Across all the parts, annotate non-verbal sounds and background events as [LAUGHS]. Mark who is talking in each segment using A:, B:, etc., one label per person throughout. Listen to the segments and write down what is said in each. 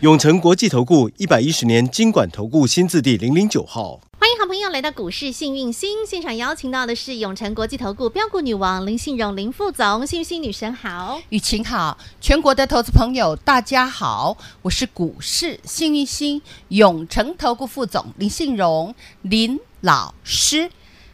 A: 永诚国际投顾一百一十年金管投顾新字第零零九号。
B: 欢迎好朋友来到股市幸运星现场，邀请到的是永诚国际投顾标股女王林信荣林副总，幸运星女神好。
C: 雨晴好，全国的投资朋友大家好，我是股市幸运星永诚投顾副总林信荣林老师。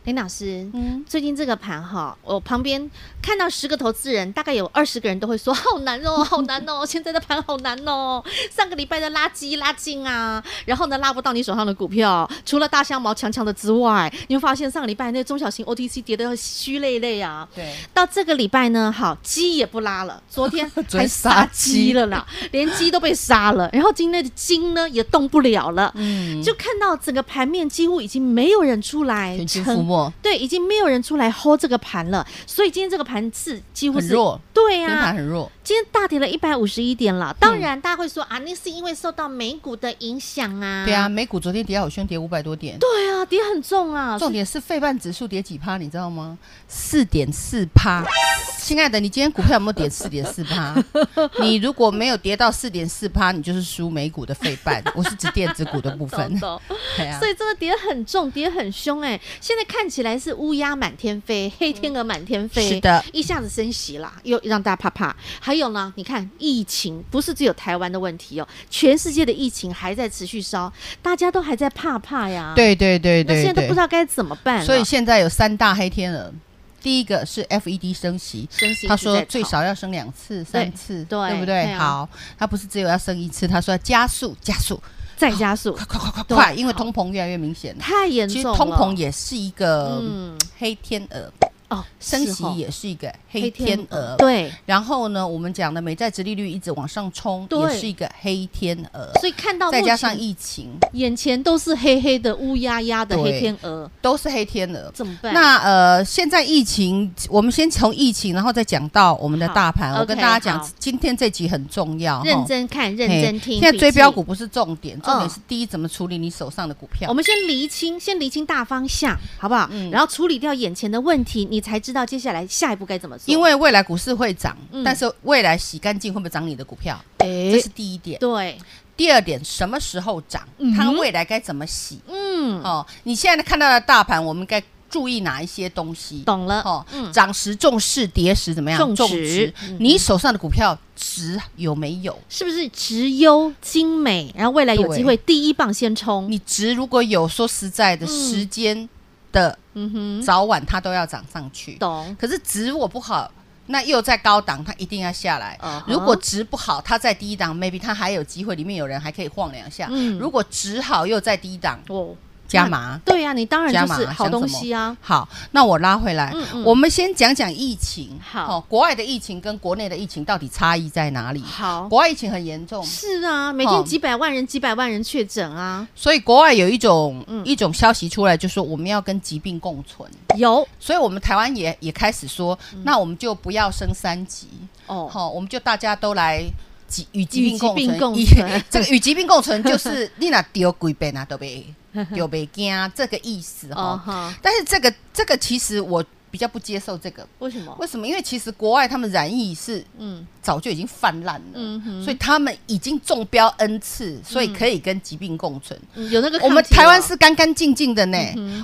B: 林老师，
C: 嗯，
B: 最近这个盘哈，我旁边看到十个投资人，大概有二十个人都会说好难 [LAUGHS] 哦，好难哦，现在的盘好难哦，上个礼拜的垃圾拉近啊，然后呢拉不到你手上的股票，除了大香毛强强的之外，你会发现上个礼拜那个中小型 OTC 跌得虚累累啊，
C: 对，
B: 到这个礼拜呢，好鸡也不拉了，昨
C: [LAUGHS]
B: 天
C: 昨
B: 还
C: 天
B: 杀
C: 杀
B: 鸡
C: 鸡
B: 了啦，连鸡都被杀了，然后今天的金呢也动不了了，
C: 嗯，
B: 就看到整个盘面几乎已经没有人出来
C: 全军覆
B: 撑
C: 没，
B: 对，已经没有人出来 hold 这个盘了，所以今天这个盘是几乎
C: 很
B: 是
C: 弱，
B: 对啊
C: 跟
B: 呀、
C: 盘很嗯弱，
B: 今天大跌了一百五十一点了。当然，大家会说、啊，那是因为受到美股的影响啊。
C: 对啊，，美股昨天跌好凶，跌五百多点。
B: 对啊，跌很重啊。
C: 重点是费半指数跌几趴，你知道吗？四点四趴。亲爱的，你今天股票有没有跌四点
B: [LAUGHS]
C: 四趴？你如果没有跌到四点四趴，你就是输美股的费半。我是指电子股的部
B: 走
C: 分。
B: 走，
C: 对啊
B: 所，以真的跌很重，跌很凶哎、现在看起来是乌鸦满天飞，黑天鹅满天飞。
C: 是的，
B: 一下子升息啦，又让大家怕怕。还有呢，你看疫情不是只有台湾的问题哦，全世界的疫情还在持续烧，大家都还在怕怕呀。
C: 对对对
B: 啊那
C: 对，
B: 现在都
C: 对
B: 不知道该怎么办了。
C: 所以现在有三大黑天鹅，第一个是 FED 升息。
B: 升息一直在
C: 他
B: 炒，
C: 说最少要升两次、三次，
B: 对对
C: 不对？
B: 啊
C: 好，他不是只有要升一次，他说要加速、加速，
B: 再加速，
C: [LAUGHS] 快快快快
B: 对
C: 快，因为通膨越来越明显了。
B: 太严重
C: 其实
B: 了。
C: 通膨也是一个
B: 嗯
C: 黑天鹅，
B: 哦，
C: 升
B: 是
C: 息
B: 哦
C: 也是一个黑天鹅。
B: 对，
C: 然后呢，我们讲的美债殖利率一直往上冲，
B: 对
C: 也是一个黑天鹅。
B: 所以看到
C: 再
B: 目
C: 加
B: 前
C: 上疫情，
B: 眼前都是黑黑的乌压压的黑
C: 对
B: 天鹅，
C: 都是黑天鹅。
B: 怎么办？
C: 那呃，现在疫情，我们先从疫情，然后再讲到我们的
B: 好
C: 大盘。我
B: OK，
C: 跟大家
B: 好
C: 讲，今天这集很重要，
B: 认
C: 吼
B: 真看，认
C: 哦嘿
B: 真听。
C: 现在
B: 笔
C: 追
B: 记
C: 标股，不是重点，重
B: 嗯
C: 点是第一，怎么处理你手上的股票
B: 我。们先厘清，先厘清大方向，好不好？
C: 嗯
B: 然后处理掉眼前的问题，你才知道接下来下一步该怎么做。
C: 因为未来股市会涨
B: 嗯，
C: 但是未来洗干净会不会涨你的股票？这
B: 哎
C: 是，第一点。
B: 对，
C: 第二点，什么时候涨
B: 嗯，
C: 它
B: 哼
C: 未来该怎么洗？
B: 嗯，
C: 哦，你现在看到的大盘，我们该注意哪一些东西？
B: 懂了。
C: 哦
B: 嗯，
C: 涨时重视，跌时怎么样？
B: 重
C: 重
B: 值
C: 值
B: 嗯哼。
C: 你手上的股票值有没有？
B: 是不是直优精美？然后未来有
C: 对
B: 机会第一棒先冲。
C: 你值如果有，说实在的，
B: 嗯
C: 时间的
B: 嗯哼，
C: 早晚它都要涨上去。
B: 嗯懂。
C: 可是值如果不好，那又在高档，它一定要下来。
B: 嗯哼
C: 如果值不好，它在低档，maybe 它还有机会，里面有人还可以晃两下。
B: 嗯
C: 如果值好又在低档，
B: 哦，
C: 加码。
B: 对呀、你当然
C: 加
B: 就
C: 码
B: 是好
C: 想
B: 东
C: 什么
B: 西啊。
C: 好，那我拉回来，
B: 嗯嗯
C: 我们先讲讲疫情。
B: 好
C: 哦国外的疫情跟国内的疫情到底差异在哪里？
B: 好，
C: 国外疫情很严重，
B: 是啊，每
C: 好
B: 天几百万人、几百万人确诊啊，
C: 所以国外有一种、
B: 嗯
C: 一种消息出来，就说我们要跟疾病共存。
B: 有
C: 所以我们台湾也也开始说，那我们就不要升三级，
B: 嗯哦，
C: 好、我们就大家都来疾与疾
B: 与
C: 病
B: 疾
C: 共
B: 病
C: 存。
B: 共
C: 以
B: 存
C: [LAUGHS] 这个与疾病共存就是
B: [LAUGHS]
C: 你那丢鬼病啊，都被丢被惊这个意思哈、
B: 哦哈，
C: 但是这个这个其实我比较不接受这个，
B: 为什么？
C: 为什么？因为其实国外他们染疫是
B: 嗯，
C: 早就已经泛滥了，
B: 嗯哼
C: 所以他们已经中标 N 次，所以可以跟疾病共存。
B: 嗯有那个
C: 我们
B: 抗体
C: 台湾
B: 哦嗯
C: 是干干净净的呢。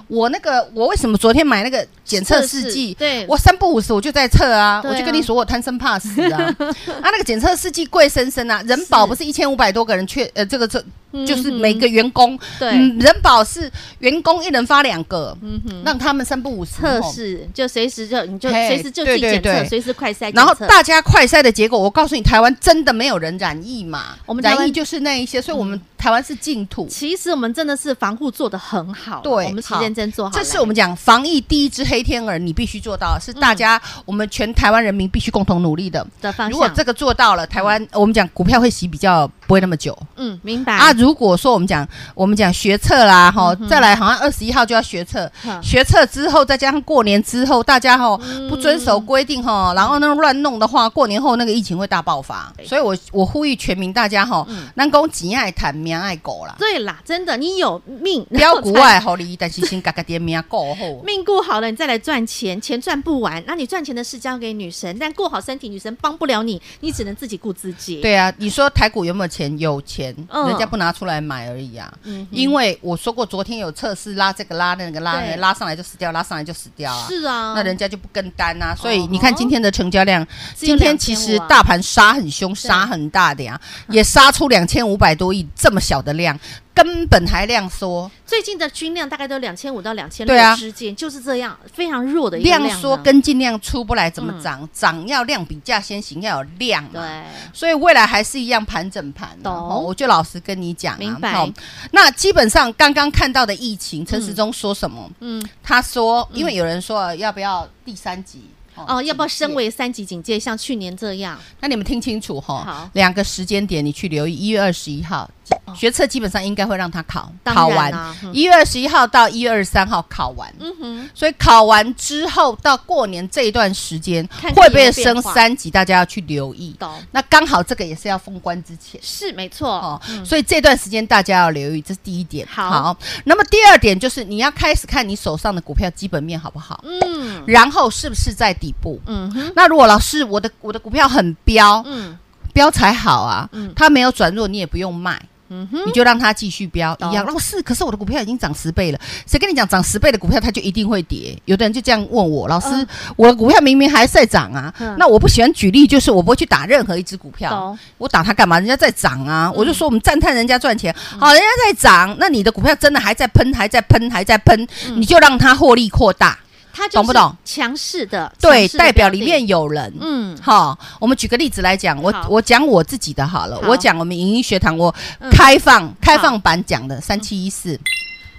C: 我那个，我为什么昨天买那个检测试
B: 测试
C: 剂？
B: 对
C: 我三不五时我就在测啊，
B: 对啊
C: 我就跟你说我贪生怕死
B: [LAUGHS]
C: 啊。啊，那个检测试剂贵生生啊，人保不是一千五百多个人确呃，这个这
B: 嗯
C: 就是
B: 哼
C: 每个员工，
B: 对
C: 嗯，人保是员工一人发两个，
B: 嗯哼，
C: 让他们三不五时
B: 测
C: 吼。
B: 试就随时就你就
C: 嘿
B: 随时就自己
C: 对
B: 检
C: 对
B: 测，
C: 对
B: 随时快筛检测。
C: 然后大家快筛的结果，我告诉你，台湾真的没有人染疫嘛？
B: 我们台湾嗯
C: 染疫就是那一些，所以我们台湾是净土，
B: 其实我们真的是防护做得很好，啊
C: 对
B: 我们时间真做好了，
C: 这是我们讲防疫第一只黑天鹅，你必须做到，是大家、我们全台湾人民必须共同努力的。
B: 的嗯方向。
C: 如果这个做到了，台湾、我们讲股票会洗比较不会那么久
B: 嗯明白
C: 啊。如果说我们讲我们讲学测啦，哈、再来好像二十一号就要学测，
B: 哼
C: 学测之后再加上过年之后，大家哈
B: 嗯
C: 不遵守规定哈，然后那乱弄的话，过年后那个疫情会大爆发。所以我我呼吁全民大家哈，
B: 嗯
C: 南宫紧爱谈，绵爱狗啦，
B: 对啦，真的，你有命，
C: 标股
B: 然后
C: 外好利，但是先嘎嘎点命够后
B: 才。命顾好了，你再来赚钱，钱赚不完，那你赚钱的事交给女神，但顾好身体，女神帮不了你，你只能自己顾自己。，
C: 对啊，你说台股有没有钱？有钱，
B: 嗯
C: 人家不拿出来买而已啊。
B: 嗯哼
C: 因为我说过，昨天有测试拉这个拉那个拉那
B: 对
C: 个，拉上来就死掉，拉上来就死掉啊。
B: 是啊，
C: 那人家就不跟单啊，所以你
B: 哦
C: 看
B: 吼
C: 今天的成交量，
B: 只有
C: 今天其实
B: 2500啊嗯
C: 大盘杀很凶，杀很大的呀，也杀出两千五百多亿这么小的量，根本还量缩，
B: 最近的均量大概都两千五到两千
C: 对啊
B: 六之间，就是这样，非常弱的一个啊
C: 量
B: 呢
C: 缩跟尽量出不来，怎么涨？涨要量比价先行，要有量嘛。
B: 嗯对，
C: 所以未来还是一样盘整盘、啊。
B: 懂
C: 哦我就老实跟你讲、啊，
B: 明白
C: 好那基本上刚刚看到的疫情，陈时中说什么？
B: 嗯，
C: 他说，因为有人说呃要不要第三级。
B: 哦，要不要升
C: 警戒？
B: 为三级警戒，像去年这样？
C: 那你们听清楚哈
B: 好，哦
C: 两个时间点你去留意，一月二十一号学测基本上应该会让他考
B: 当
C: 考
B: 然
C: 完
B: 啊，嗯
C: 一月二十一号到一月二十三号考完，
B: 嗯哼，
C: 所以考完之后到过年这一段时间
B: 看看
C: 会不
B: 有没
C: 会
B: 有
C: 升
B: 变化
C: 三级，大家要去留意。
B: 懂，
C: 那刚好这个也是要封关之前。
B: 是没错。
C: 哦，所以这段时间大家要留意，这是第一点。
B: 嗯好
C: 那么第二点就是你要开始看你手上的股票基本面好不好，
B: 嗯
C: 然后是不是在底部。
B: 嗯哼，
C: 那如果老师我的我的股票很飙，
B: 嗯
C: 飙才好啊
B: 嗯，
C: 它没有转弱你也不用卖。
B: 嗯哼，
C: 你就让它继续飙
B: 懂
C: 一样。老师，可是我的股票已经涨十倍了，谁跟你讲涨十倍的股票它就一定会跌？有的人就这样问我，老师，
B: 嗯
C: 我的股票明明还在涨啊，
B: 嗯
C: 那我不喜欢举例，就是我不会去打任何一只股票
B: 懂，嗯
C: 我打它干嘛？人家在涨啊，我就说我们赞叹人家赚钱，好、人家在涨，那你的股票真的还在喷，还在喷，还在喷，
B: 嗯
C: 你就让它获利扩大，
B: 它就是
C: 懂不懂？
B: 强势的，
C: 对，
B: 强势的
C: 代表里
B: 定
C: 面有人，
B: 嗯
C: 好，我们举个例子来讲，我
B: 好
C: 我讲我自己的好了，
B: 好
C: 我讲我们影音学堂我
B: 嗯
C: 开放、开放版讲的三七一四，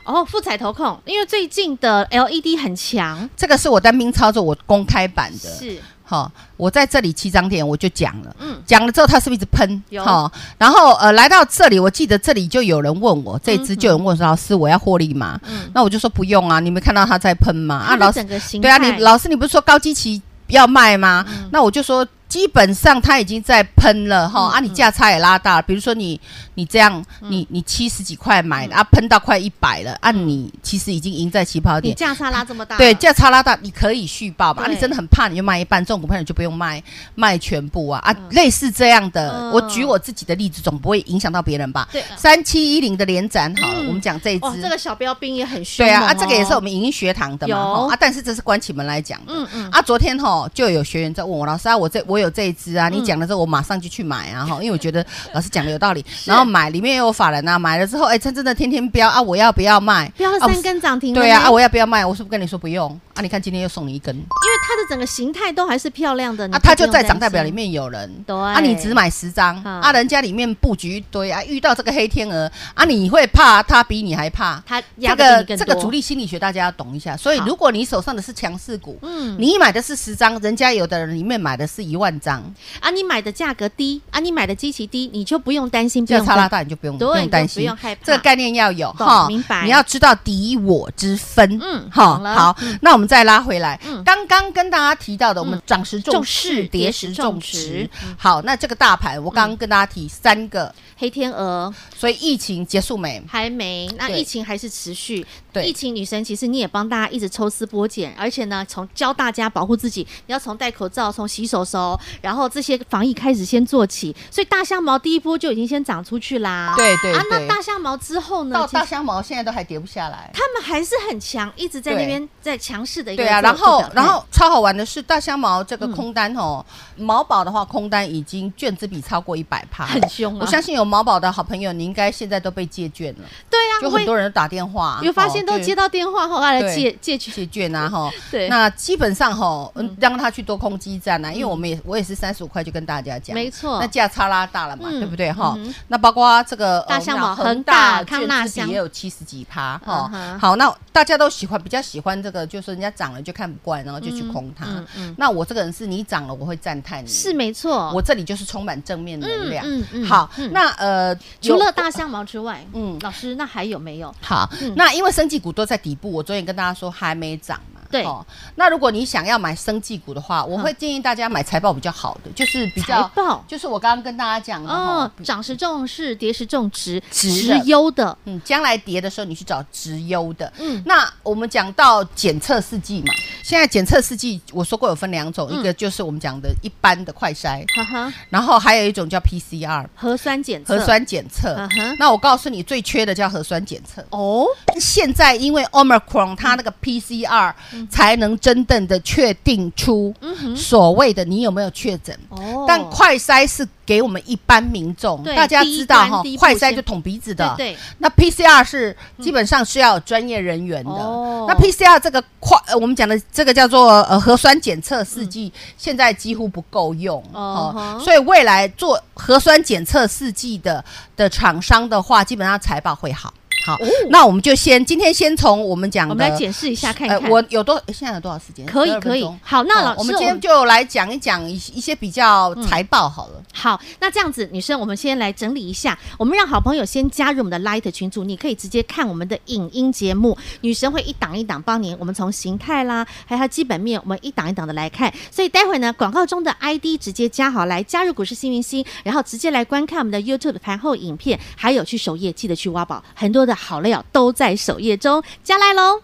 B: 哦，富彩投控，因为最近的 LED 很强，
C: 这个是我单兵操作，我公开版的，
B: 是
C: 好，我在这里七张点我就讲了。
B: 嗯
C: 讲了之后，它是不是一直喷？
B: 有
C: 好然后呃，来到这里，我记得这里就有人问我，这一次就有人问说：“老师，我要获利吗？”
B: 嗯
C: 那我就说不用啊，你没看到它在喷吗？啊，
B: 它
C: 老
B: 的
C: 师，
B: 整个形
C: 对啊，
B: 态，
C: 你老师你不是说高基期要卖吗？那我就说基本上它已经在喷了哈、
B: 嗯
C: 啊，你价差也拉大了，比如说你你这样，你你七十几块买的、
B: 嗯
C: 啊，喷到快一百了，啊，你其实已经赢在起跑
B: 你
C: 点。
B: 价差拉这么大，
C: 对，价差拉大，你可以续报嘛？啊
B: 对
C: 你真的很怕，你就卖一半，这种股票你就不用卖，卖全部啊啊！类似这样的，
B: 嗯
C: 我举我自己的例子，总不会影响到别人吧？
B: 对啊
C: 三七一零的连展好了，
B: 嗯
C: 我们讲这一
B: 哇，
C: 支，
B: 这个小标兵也很凶
C: 对
B: 猛哦，
C: 啊，啊，这个也是我们影音学堂的嘛，
B: 有
C: 吼啊，但是这是关起门来讲的。
B: 嗯嗯
C: 啊，昨天吼就有学员在问我老师啊，我这我有这一支
B: 嗯
C: 啊，你讲了之后我马上就去买啊
B: [LAUGHS]
C: 哈，因为我觉得老师讲的有道理，然后买里面也有法人啊，买了之后哎，它真的天天飙啊，我要不要卖？
B: 标了
C: 啊
B: 三根涨停了呢，
C: 对啊，啊，我要不要卖？我是不是跟你说不用啊？你看今天又送你一根
B: 因为它的整个形态都还是漂亮哦的，你
C: 啊，
B: 不
C: 它就
B: 用
C: 在
B: 担
C: 涨代表
B: 心
C: 里，面有人，
B: 对
C: 啊，你只买十张
B: 嗯
C: 啊，人家里面布局一堆啊，遇到这个黑天鹅啊，你会怕它比你还怕，
B: 它压
C: 这
B: 得比
C: 个
B: 你更
C: 这个
B: 多
C: 主，力心理学大家要懂一下。所以
B: 好
C: 如果你手上的是强势股，
B: 嗯，
C: 你买的是十张，人家有的人里面买的是一万张，
B: 啊，你买的价格低，啊，你买的基期低，你就不用担心，不
C: 这
B: 用
C: 差拉
B: 担
C: 大你就不用
B: 对
C: 不用担
B: 你就不
C: 心
B: 用害怕，
C: 这个概念要有
B: 懂明白
C: 你要知道敌我之分，
B: 嗯
C: 哈
B: 懂了
C: 好。那我们再拉回来
B: 嗯，
C: 刚刚跟大家提到的，我们涨时重
B: 重
C: 视，
B: 视
C: 跌
B: 跌
C: 时
B: 时
C: 重
B: 重嗯
C: 值
B: 值。
C: 好，那这个大盘我刚刚跟大家提三个，
B: 黑天鹅
C: 所以疫情结束没？
B: 还没，那
C: 对
B: 疫情还是持续。
C: 对
B: 疫情女神其实你也帮大家一直抽丝剥茧，而且呢，从教大家保护自己，你要从戴口罩、从洗手手，然后这些防疫开始先做起。所以大象毛第一波就已经先长出去啦。
C: 对对
B: 啊，
C: 对
B: 那大象毛之后呢
C: 到？
B: 其
C: 大
B: 实
C: 香毛现在都还跌不下来。
B: 他们还是很强，一直在
C: 对
B: 那边在强势的一个
C: 对啊，
B: 做
C: 然后
B: 做表现嗯
C: 然后超好玩的是，大香毛这个空单哦，毛宝的话空单已经券资比超过一百趴，
B: 很凶啊
C: 我相信有毛宝的好朋友，你应该现在都被借券了，
B: 对啊，
C: 就
B: 我
C: 很
B: 也
C: 多人打电话，
B: 有发现
C: 哦
B: 都接到电话后要来
C: 对
B: 借借去。
C: 借券啊哈。
B: [LAUGHS] 对嗯
C: 那基本上哈，嗯，让他去多空基站啊，因为我们也我也是三十五块就跟大家讲，
B: 没错
C: 那价差拉大了嘛，
B: 嗯
C: 对不对哈
B: 嗯哼？
C: 那包括这个呃
B: 大象嘛
C: 我们讲
B: 恒大
C: 恒
B: 康纳
C: 券之
B: 香
C: 比也有七十几趴
B: 嗯哼
C: 哈。好，那大家都喜欢，比较喜欢这个，就是人家涨了就看不惯，然后就去空它
B: 嗯嗯嗯。
C: 那我这个人是你涨了我会赞叹你，
B: 是没错。
C: 我这里就是充满正面能量。
B: 嗯嗯嗯
C: 好
B: 嗯，
C: 那呃，
B: 除
C: 有
B: 了大象毛之外，嗯
C: 嗯，
B: 老师，那还有没有？
C: 好，那因为生技股都在底部，我昨天跟大家说还没涨嘛。
B: 对嗯
C: 那如果你想要买生技股的话，我会建议大家买财报比较好的，就是比
B: 财
C: 较，
B: 报
C: 就是我刚刚跟大家讲的
B: 哦
C: 哦，，
B: 涨时重视，跌时重值，
C: 值
B: 直优的，
C: 嗯，将来跌的时候你去找直优的。
B: 嗯
C: 那我们讲到检测试剂嘛，现在检测试剂我说过有分两
B: 嗯
C: 种，一个就是我们讲的一般的快筛，
B: 哈哈，
C: 然后还有一种叫 PCR
B: 核酸检测，
C: 核酸检测
B: 嗯哼。
C: 那我告诉你，最缺的叫核酸检测。
B: 哦，
C: 现在因为 Omicron 它那个 PCR
B: 嗯
C: 才能真正的确定出所谓的你有没有确诊。
B: 哦
C: 但快筛是给我们一般民众，
B: 对
C: 大家
B: 第一
C: 知道
B: 关
C: 哈
B: 第一，步
C: 快
B: 先
C: 筛就捅鼻子
B: 对
C: 的。
B: 对，
C: 那 PCR 是基本上是要有专业人员的。
B: 嗯哦
C: 那 PCR 这个快，呃我们讲的这个叫做呃核酸检测
B: 嗯
C: 试剂，现在几乎不够用
B: 哦
C: 哦
B: 吼
C: 所以未来做核酸检测试剂的的厂商的话，基本上财报会好。好，那我们就先今天先从我们讲
B: 哦我
C: 的，
B: 们来解释一下看看。
C: 呃，我有多诶现在有多少时间？
B: 可以
C: 12分
B: 可以
C: 钟
B: 好那老师嗯
C: 我们
B: 我
C: 今天
B: 们
C: 就来讲一讲一一些比较财报好了。
B: 好，那这样子，女生，我们先来整理一下，我们让好朋友先加入我们的 Light 群组，你可以直接看我们的影音节目，女神会一档一档帮您，我们从形态啦，还有它基本面，我们一档一档的来看。所以待会呢，广告中的 ID 直接加好来，加入股市幸运星，然后直接来观看我们的 YouTube 盘后影片，还有去首页记得去挖宝，很多的好料都在首页中，加来喽。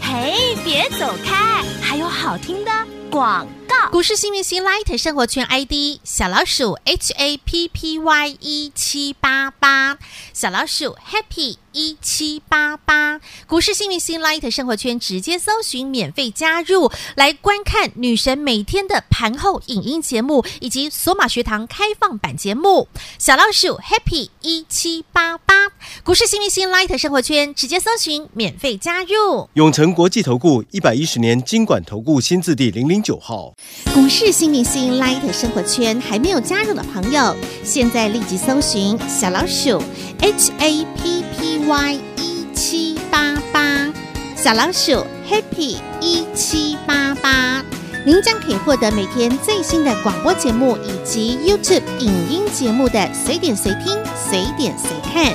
D: 嘿，别走开，还有好听的广告。
B: 股市新明星 Light 生活圈 ID 小老鼠 H A P P Y 一七八八，小老鼠 Happy 一七八八。股市新明星 Light 生活圈直接搜寻免费加入，来观看女神每天的盘后影音节目以及索马学堂开放版节目。小老鼠 Happy 一七八八，股市新明星 Light 生活圈直接搜寻免费加入。
A: 永诚国际投顾一百一十年金管投顾新字第零零九号，
B: 股市新明星 Light 生活圈还没有加入的朋友，现在立即搜寻小老鼠 HAPPY 一 E 七八八，小老鼠 Happy 一七八八，您将可以获得每天最新的广播节目以及 YouTube 影音节目的随点随听、随点随看。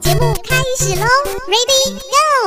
D: 节目开始喽，Ready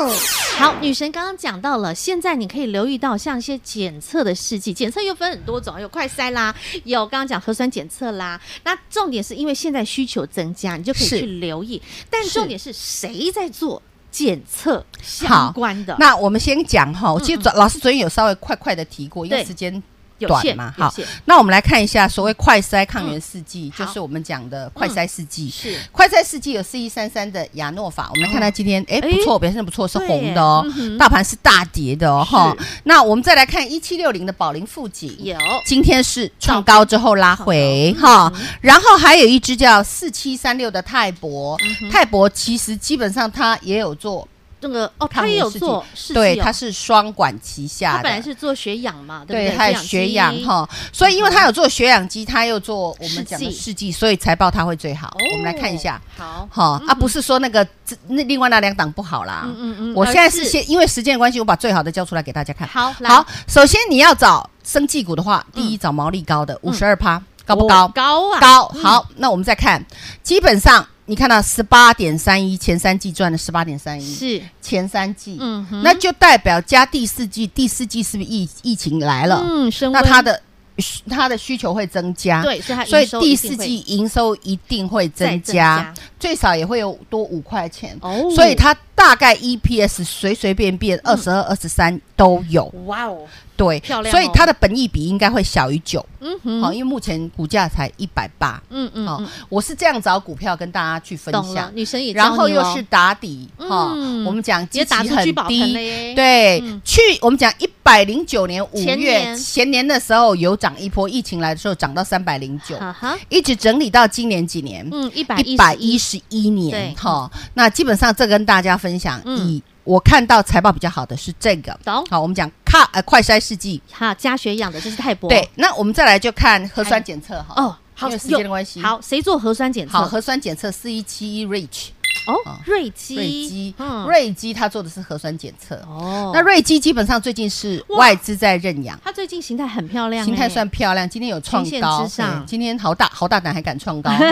D: Go！
B: 好，女神刚刚讲到了，现在你可以留意到像一些检测的试剂，检测又分很多种，有快筛啦，有刚刚讲核酸检测啦。那重点是因为现在需求增加，你就可以
C: 是
B: 去留意。但
C: 是
B: 重点是谁在做检测相关的？
C: 那我们先讲哈，其实昨老师昨天有稍微快快的提过，因为
B: 嗯对
C: 时间
B: 有
C: 短
B: 限
C: 嘛，
B: 有
C: 好
B: 限，
C: 那我们来看一下所谓快筛抗原试剂，
B: 好
C: 就是我们讲的快筛试剂。
B: 嗯是
C: 快筛试剂有四一三三的亚诺法，我们来看它今天，哎，
B: 哎
C: 不错，表现得不错，是
B: 对
C: 红的哦
B: 耶嗯哼，
C: 大盘是大跌的哦，哈。那我们再来看一七六零的宝林富锦，
B: 有
C: 今天是创高之后拉回
B: 嗯
C: 哈，然后还有一只叫四七三六的泰博，
B: 嗯
C: 泰博其实基本上它也有做，
B: 那个哦，他
C: 抗
B: 也
C: 原
B: 有
C: 试剂
B: 做试剂哦，
C: 对，它是双管齐下
B: 他
C: 的，
B: 本来是做血氧嘛，对
C: 对，
B: 不对？
C: 还有血氧
B: 机，嗯
C: 哈，所以因为它有做血氧机，它又做我们讲的
B: 试剂
C: 试剂，所以财报它会最好
B: 哦。
C: 我们来看一下，
B: 好，
C: 哈啊，不是说那个这那另外那两档不好啦
B: 嗯，嗯嗯
C: 我现在是
B: 而是
C: 先因为时间的关系，我把最好的交出来给大家看。
B: 好来嗯
C: 好，首先你要找生技股的话，第一找毛利高的五十二趴，高不
B: 哦
C: 高？
B: 高啊，
C: 高。好，那我们再看，基本上你看到十八点三一，前三季赚了十八点三一，
B: 是，
C: 前三季，
B: 嗯哼，
C: 那就代表加第四季，第四季是不是疫疫情来了？
B: 嗯，升
C: 那
B: 温
C: 它的需它的需求会增加，
B: 对，所以它
C: 所以
B: 营收
C: 第
B: 一定
C: 四
B: 会
C: 季营收一定会增
B: 再增
C: 加
B: 加，
C: 最少也会有多五块钱。
B: 哦嗯
C: 所以它大概 EPS 随随便便二十二、二十三都有，
B: 哇哦，
C: 对，
B: 漂亮哦
C: 所以它的本益比应该会小于九，
B: 嗯哼，
C: 好，因为目前股价才一百八，
B: 嗯嗯，
C: 好
B: 嗯，
C: 我是这样找股票跟大家去分
B: 懂了
C: 享，，
B: 女生也教
C: 然后
B: 你哦
C: 又
B: 咯
C: 是打底，哈
B: 嗯，
C: 我们讲基
B: 也
C: 期
B: 打出
C: 很
B: 聚宝盆
C: 低
B: 了，耶，
C: 对
B: 嗯，
C: 去我们讲一百零九年五
B: 前
C: 月
B: 年
C: 前年的时候有涨一波，疫情来的时候涨到三百零九，
B: 啊哈哈，
C: 一直整理到今年几年，
B: 嗯，一百
C: 一百一十一
B: 对
C: 年哈。那基本上这跟大家分享，
B: 嗯
C: 以我看到财报比较好的是这个，
B: 懂
C: 好，我们讲抗呃快筛试剂，
B: 好，加血氧的这是泰博，
C: 对，那我们再来就看核酸检测哈。
B: 哦，好
C: 因为时
B: 有
C: 间的关系
B: 好，谁做核酸检测？
C: 好，核酸检测四一七一 Reach
B: 哦
C: 哦，
B: 瑞基，
C: 瑞基，
B: 嗯，
C: 瑞基它做的是核酸检测。
B: 哦，
C: 那瑞基基本上最近是
B: 哇
C: 外资在认养。
B: 它最近形态很漂亮欸，
C: 形态算漂亮，今天有创
B: 均线
C: 高，
B: 之上
C: 对今天好大好大胆还敢创
B: [LAUGHS]
C: 高，哈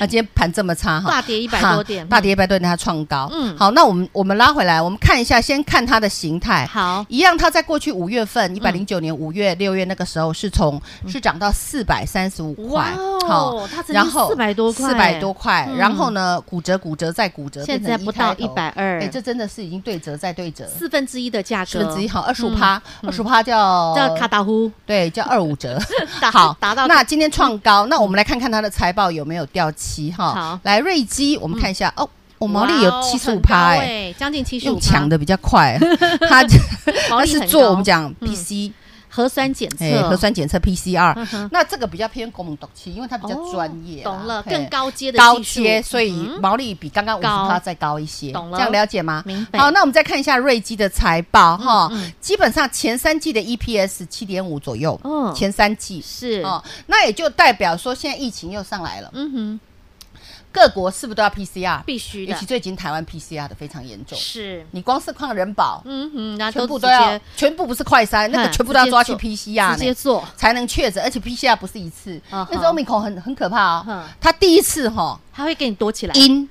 C: 那今天盘这么差哈，
B: 大跌一百多点，
C: 哈大跌一百多点它创高，
B: 嗯
C: 嗯，好，那我们我们拉回来，我们看一下，先看它的形态
B: 嗯。好，
C: 一样，它在过去五月份，一百
B: 嗯
C: 零九年五月、六月那个时候是从是涨到四百三十五块
B: 哇，哦，它曾
C: 然
B: 经
C: 后
B: 四百多块，
C: 四百多，块
B: 嗯，
C: 然后呢，骨折骨折再骨折，
B: 现在不到一百，二
C: 哎，，这真的是已经对折再对折，
B: 四分之一的价
C: 十
B: 格，
C: 分之一，好，二十五
B: 嗯
C: 趴，二十五趴叫
B: 叫卡达呼，
C: 对，叫二五折
B: [LAUGHS] 达。
C: 好，
B: 达到嗯
C: 那今天创高，那我们来看看它的财报有没有掉期哈。
B: 好嗯
C: 来瑞基，我们看一下、哦，我毛利有七十五趴
B: 哇哦很高
C: 哎，
B: 欸，将近七十五，
C: 用抢的比较
B: [LAUGHS]
C: 快，它
B: 毛
C: 它
B: 利
C: 是
B: 很
C: 做
B: 高
C: 我们讲
B: 嗯
C: PC
B: 核酸检
C: 哎、
B: 测，
C: 核酸检测 PCR，、
B: 嗯哼
C: 那这个比较偏公民毒气，因为它比较
B: 哦
C: 专业啦、
B: 懂了，
C: 嘿
B: 更高阶的
C: 哎高
B: 技术
C: 阶，所以
B: 嗯
C: 毛利比刚刚五十
B: 高
C: 趴再高一些，
B: 懂了
C: 这样了解吗？
B: 明白。
C: 好，那我们再看一下瑞基的财报哈、
B: 嗯嗯
C: 基本上前三季的 EPS 七点五左右，
B: 嗯
C: 前三季
B: 是，
C: 哦，那也就代表说现在疫情又上来了，
B: 嗯哼，
C: 各国是不是都要 PCR？
B: 必须
C: 尤
B: 的
C: 其，最近台湾 PCR 的非常严重，
B: 是，
C: 你光是看人保，
B: 嗯哼，那
C: 全部
B: 直
C: 都要
B: 接，
C: 全部不是快筛，那个
B: 嗯
C: 全部都要抓去
B: 直
C: PCR
B: 直接
C: 呢。
B: 做，
C: 才能确诊，而且 PCR 不是一次，
B: 嗯
C: 那时候 omicron 很很可怕
B: 嗯
C: 哦。他第一次哈
B: 他会给你躲起来，
C: 阴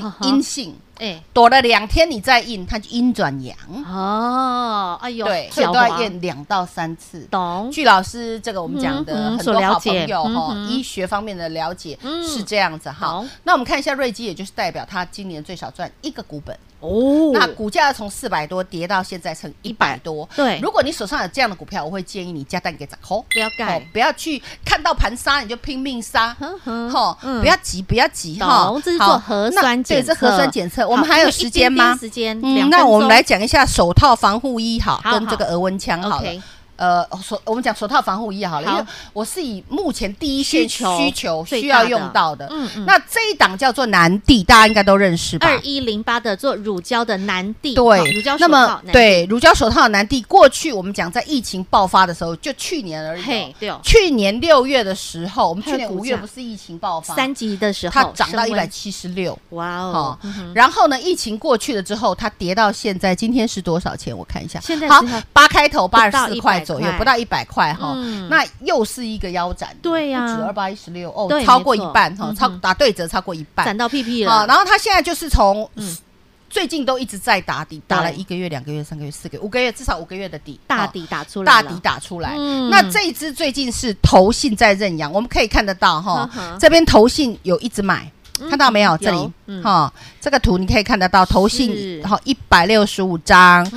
B: 嗯哼
C: 阴性，
B: 哎，
C: 躲了两天你再阴，他就阴转阳，
B: 哦，哎呦，
C: 对，所以
B: 狡
C: 都要
B: 猾，
C: 验两到三次。
B: 懂，
C: 据老师这个我们讲
B: 嗯
C: 的
B: 嗯
C: 很
B: 所
C: 多
B: 了
C: 好
B: 解
C: 朋友哈、
B: 嗯嗯
C: 医学方面的了解、
B: 嗯
C: 是这样子哈
B: 好。
C: 那我们看一下瑞基，也就是代表它今年最少赚一个股本，
B: 哦
C: 那股价从四百多跌到现在成一百多。
B: 对
C: 如果你手上有这样的股票，我会建议你加蛋给砸扣。
B: 不要
C: 哦
B: 盖，，
C: 不要去看到盘杀你就拼命杀，
B: 哼哼
C: 吼，
B: 嗯
C: 不要急，不要急哈
B: 懂。这是做
C: 好
B: 核
C: 那
B: 酸检
C: 对，这核
B: 测
C: 酸检测，
B: 好
C: 我们还
B: 因
C: 有
B: 为
C: 时
B: 一
C: 间
B: 丁
C: 吗？
B: 丁时间
C: 嗯
B: 两
C: 那
B: 分
C: 我们
B: 钟
C: 来讲一下手套防护衣好，
B: 好
C: 跟这个额温枪好了
B: OK。
C: 呃，手我们讲手套防护衣好了，
B: 好
C: 因为我是以目前第一线
B: 需求
C: 需求
B: 最
C: 需
B: 大
C: 要
B: 的
C: 用到的。
B: 嗯嗯
C: 那这一档叫做南地，大家应该都认识吧？
B: 二一零八的做乳胶的南地，好乳
C: 对
B: 胶，手
C: 那么
B: 套南
C: 对乳胶手套的南地，过去我们讲在疫情爆发的时候，就去年而已
B: 嘿
C: 哦。
B: 对哦
C: 去年六月的时候，我们去年
B: 它的股
C: 五月
B: 价
C: 不是疫情爆发，
B: 三级的时候
C: 它涨到
B: 升
C: 一
B: 温
C: 百七十六。
B: 哇
C: 哦
B: 哦，嗯哼
C: 然后呢？疫情过去了之后，它跌到现在，今天是多少钱？我看一下，
B: 现在
C: 好
B: 是它
C: 八开头，八
B: 到
C: 十四块左右
B: 100，
C: 不到一百块哈
B: 嗯。
C: 那又是一个腰斩，
B: 对呀
C: 不止二八一十六哦
B: 对，
C: 超过
B: 没
C: 一
B: 错
C: 半哈
B: 嗯，
C: 超
B: 哼
C: 打对折超过一半
B: 攒，到屁屁
C: 好，
B: 了，
C: 然后它现在就是从最近都一直在打底，打了
B: 嗯对
C: 一个月、两个月、三个月、四个月、五个月，至少五个月的底，
B: 大
C: 哦
B: 底打出来
C: 大
B: 了，
C: 底打出来。
B: 嗯
C: 那这一支最近是投信在认养，我们可以看得到哈
B: 呵呵，
C: 这边投信有一直买。看到没有？这
B: 有嗯
C: 里哈，这个图你可以看得到，投
B: 是嗯
C: 信哈一百六十五张，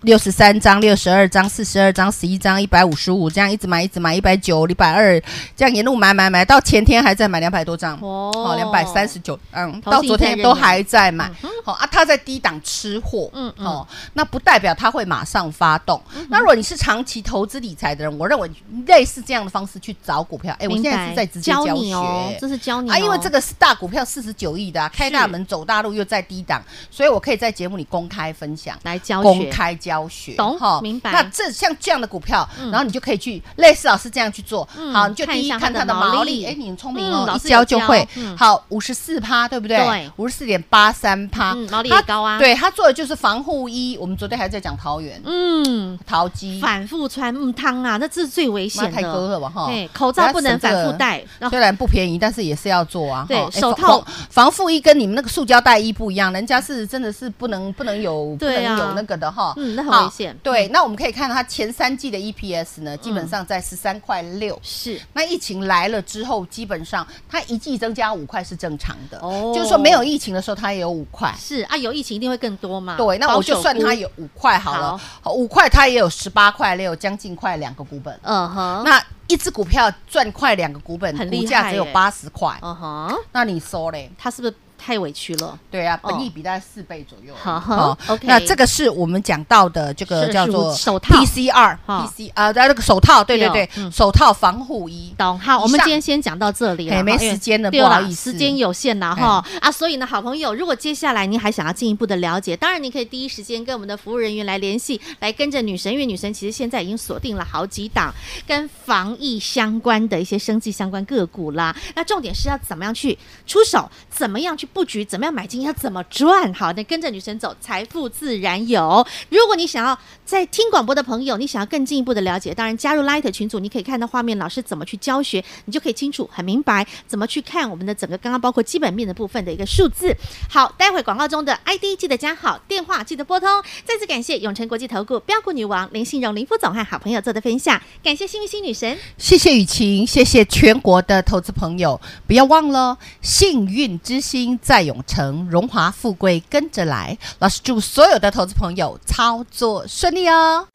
C: 六十三张、六十二张、四十二张、十一张、一百五十五，这样一直买，一直买，一百九、一百二，这样一路买买买，到前天还在买两百多张，
B: 哦
C: 哦，两百三十九，嗯，
B: 投
C: 到
B: 信
C: 昨
B: 在
C: 天
B: 认
C: 都
B: 养
C: 还在买，好啊，他在低档吃货，
B: 嗯
C: 嗯
B: 嗯
C: 哦，那不代表他会马上发动。那如果你是长期投资理财的人，我认为类似这样的方式去找股票，哎，我
B: 明
C: 现
B: 白
C: 在是在直接
B: 教
C: 教
B: 你哦，
C: 学
B: 这。是教你
C: 啊，因为
B: 哦
C: 这个是大股票四十九亿的、啊，开大门走大路又在低档，所以我可以在节目里公开分享。
B: 来教
C: 公
B: 学，
C: 开教学，
B: 懂
C: 齁
B: 明白
C: 那这像这样的股票，然后你就可以去类似老师这样去做
B: 嗯。
C: 好，你就
B: 看
C: 第
B: 一
C: 一
B: 下
C: 看
B: 它
C: 它
B: 的
C: 的
B: 毛
C: 毛
B: 利
C: 利，哎，你从明
B: 嗯
C: 哦
B: 老
C: 一
B: 师有
C: 教就会
B: 教嗯。
C: 好，五十四趴，对不
B: 对
C: 对？五十四点八三趴
B: 嗯，毛利也高啊
C: 它对，它做的就是防护衣。我们昨天还在讲桃园
B: 嗯，
C: 桃机，
B: 反复穿木汤啊，那这是最危
C: 妈
B: 险
C: 太割
B: 的。
C: 了吧哈
B: 哎，口罩不能反复戴，哦然后
C: 虽然不便宜，但是也是要做啊。
B: 对
C: 齁哎
B: 手
C: 防
B: 套
C: 防防护衣跟你们那个塑胶袋衣不一样，人家是真的是不能不能有不
B: 对
C: 能
B: 啊
C: 有那个的哈。
B: 嗯嗯
E: 的很危险。
C: 对，那我们可以看到它前三季的 EPS 呢，基本上在十三块六。
E: 是
C: 那疫情来了之后，基本上它一季增加五块是正常的，
E: 哦
C: 就是说没有疫情的时候它也有五块。
E: 是啊，有疫情一定会更多
B: 啊
E: 嘛。
C: 对，那
E: 保
C: 我就
E: 守
C: 算
E: 估
C: 它，有五块好了，好五块它也有十八块六，将近快两个股本。
E: 嗯哼，
C: 那一只股票赚快两个股本，
E: 很厉害
C: 股价只有
E: 耶
C: 八十块，
E: 嗯哼，
C: 那你收嘞？
E: 他是不是太委屈了？
C: 对啊，
E: 哦
C: 本益比大概四倍左右。
E: 好好
C: 哦
E: OK
C: 那这个是我们讲到的这个
E: 是
C: 叫做
E: 手手套
C: PCR、
E: 哦
C: PC 啊，那个手套，对对
E: 有
C: 对，
E: 嗯
C: 手套防护衣。
E: 懂好，我
C: 以
E: 们
C: 上
E: 今天先讲到这里了，
C: 嘿没
E: 哈因为
C: 时间了
E: 对
C: 不好
E: 啦
C: 意思哎
E: 时间有限啦哈啊，所以呢，好朋友，如果接下来您还想要进一步的了解，当然你可以第一时间跟我们的服务人员来联系，来跟着女神，因为女神其实现在已经锁定了好几档跟防疫相关的一些生计相关个股啦。那重点是要怎么样去出手，怎么样去布局，怎么样买进，要怎么赚。好，那跟着女神走，财富自然有。如果你想要在听广播的朋友，你想要更进一步的了解，当然加入 Light 群组，你可以看到画面老师怎么去教学，你就可以清楚很明白怎么去看我们的整个刚刚包括基本面的部分的一个数字。好，待会广告中的 ID 记得加好，电话记得拨通。再次感谢永诚国际投顾标股女王林信荣林副总和好朋友做的分享，感谢幸运星女神。
C: 谢谢雨晴，谢谢全国的投资朋友，不要忘了，幸运之星在永城，荣华富贵跟着来。老师祝所有的投资朋友操作顺利哦。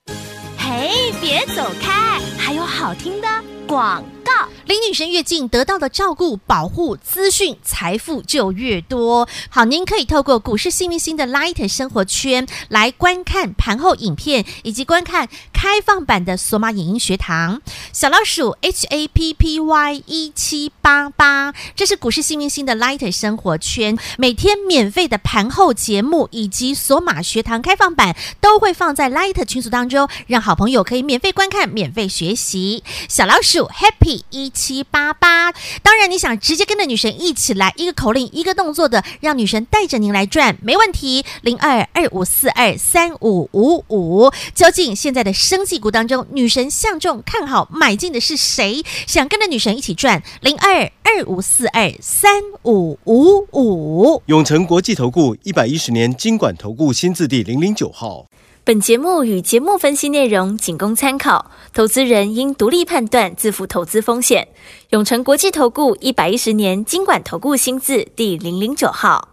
F: 嘿，别走开，还有好听的广告。
E: 离女神越近，得到的照顾、保护、资讯、财富就越多。好，您可以透过股市幸运星的 Light 生活圈来观看盘后影片，以及观看开放版的索马影音学堂。小老鼠 H A P P Y 一七八八，这是股市幸运星的 Light 生活圈，每天免费的盘后节目以及索马学堂开放版都会放在 Light 群组当中，让好朋友可以免费观看、免费学习。小老鼠 Happy 一七八八。当然，你想直接跟着女神一起来，一个口令一个动作的，让女神带着您来转，没问题。零二二五四二三五五五。究竟现在的生技股当中，女神相中看好买进的是谁？想跟着女神一起转，零二二五四二三五五五。
A: 永诚国际投顾一百一十年金管投顾新字第零零九号。
G: 本节目与节目分析内容仅供参考，投资人应独立判断，自负投资风险。永诚国际投顾一百一十年经管投顾新字第零零九号。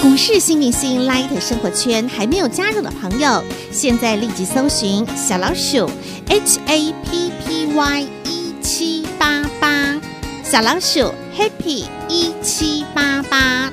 E: 股市新明星 Light 生活圈还没有加入的朋友，现在立即搜寻小老鼠 HAPPY 一七八八，小老鼠 Happy 一七八八，